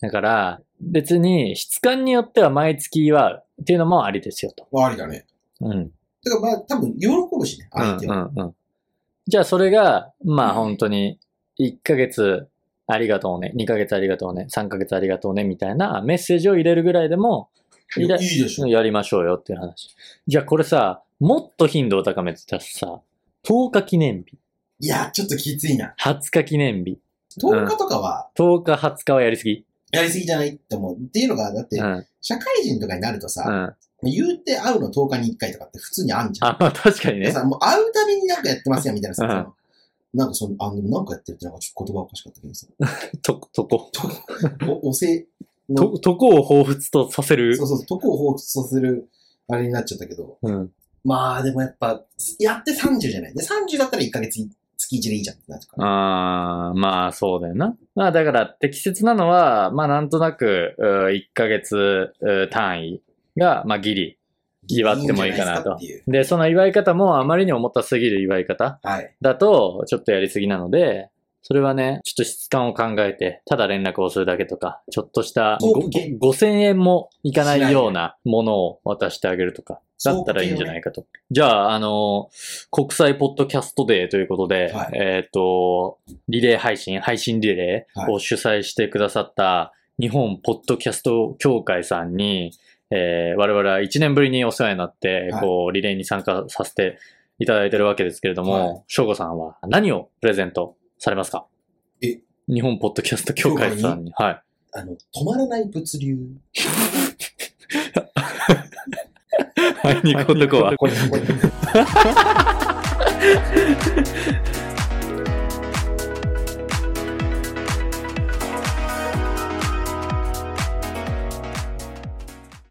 [SPEAKER 1] だから、別に質感によっては毎月祝うっていうのもありですよと。
[SPEAKER 2] まあ、ありだね。
[SPEAKER 1] うん。
[SPEAKER 2] だからまあ、多分、喜ぶしね、
[SPEAKER 1] うん
[SPEAKER 2] 相手は。
[SPEAKER 1] うんうん。じゃあそれが、まあ
[SPEAKER 2] うん
[SPEAKER 1] 本当に、1ヶ月ありがとうね、2ヶ月ありがとうね、3ヶ月ありがとうね、みたいなメッセージを入れるぐらいでも、
[SPEAKER 2] いや
[SPEAKER 1] 入
[SPEAKER 2] い
[SPEAKER 1] れ
[SPEAKER 2] いでしょ。
[SPEAKER 1] やりましょうよっていう話。じゃあこれさ、もっと頻度を高めてたらさ、10日記念日、
[SPEAKER 2] いや、ちょっときついな。
[SPEAKER 1] 20日記念日、
[SPEAKER 2] 10日とかは、
[SPEAKER 1] 10日、20日はやりすぎ。
[SPEAKER 2] やりすぎじゃないって思う。っていうのが、だって
[SPEAKER 1] う、ん。
[SPEAKER 2] 社会人とかになると
[SPEAKER 1] う
[SPEAKER 2] さ、
[SPEAKER 1] ん。
[SPEAKER 2] 言うて会うの10日に1回とかって普通にあんじゃん。
[SPEAKER 1] あ、まあ確かに
[SPEAKER 2] で
[SPEAKER 1] ね。
[SPEAKER 2] さ、もう会うたびになんかやってますよみたいなさ、
[SPEAKER 1] うん
[SPEAKER 2] そのなんかその、あの、なんかやってるってなんかちょっと言葉おかしかったけどさ、
[SPEAKER 1] と、とこ。
[SPEAKER 2] お、おせ、の、
[SPEAKER 1] と、とこを彷彿とさせる
[SPEAKER 2] そ。うそう、とこを彷彿させる、あれになっちゃったけど、
[SPEAKER 1] うん。
[SPEAKER 2] まあでもやっぱ、やって30じゃない。で、30だったら1ヶ月い、月1でいいじゃんってなるから。
[SPEAKER 1] ああ、まあそうだよな。まあだから適切なのは、まあなんとなく、1ヶ月うー単位が、まあギリ。祝ってもいいかなと
[SPEAKER 2] んじゃいですかっていう
[SPEAKER 1] で、その祝い方もあまりに重たすぎる祝い方
[SPEAKER 2] はい。
[SPEAKER 1] だと、ちょっとやりすぎなので、それはね、ちょっと質感を考えて、ただ連絡をするだけとか、ちょっとした
[SPEAKER 2] そう
[SPEAKER 1] ごご5000円もいかないようなものを渡してあげるとか、だったらいいんじゃないいかと。じゃあ、あの、国際ポッドキャストデーということで、
[SPEAKER 2] はい
[SPEAKER 1] えっ、と、リレー配信、配信リレーを主催してくださった日本ポッドキャスト協会さんに、えー我々は1年ぶりにお世話になって、
[SPEAKER 2] はい
[SPEAKER 1] こう、リレーに参加させていただいてるわけですけれど
[SPEAKER 2] は
[SPEAKER 1] も、翔、吾、さんは何をプレゼントされますか
[SPEAKER 2] え
[SPEAKER 1] 日本ポッドキャスト協会さんに。はい。
[SPEAKER 2] あの、止まらない 物流。
[SPEAKER 1] はい、ニコ男は。
[SPEAKER 2] これ、これ。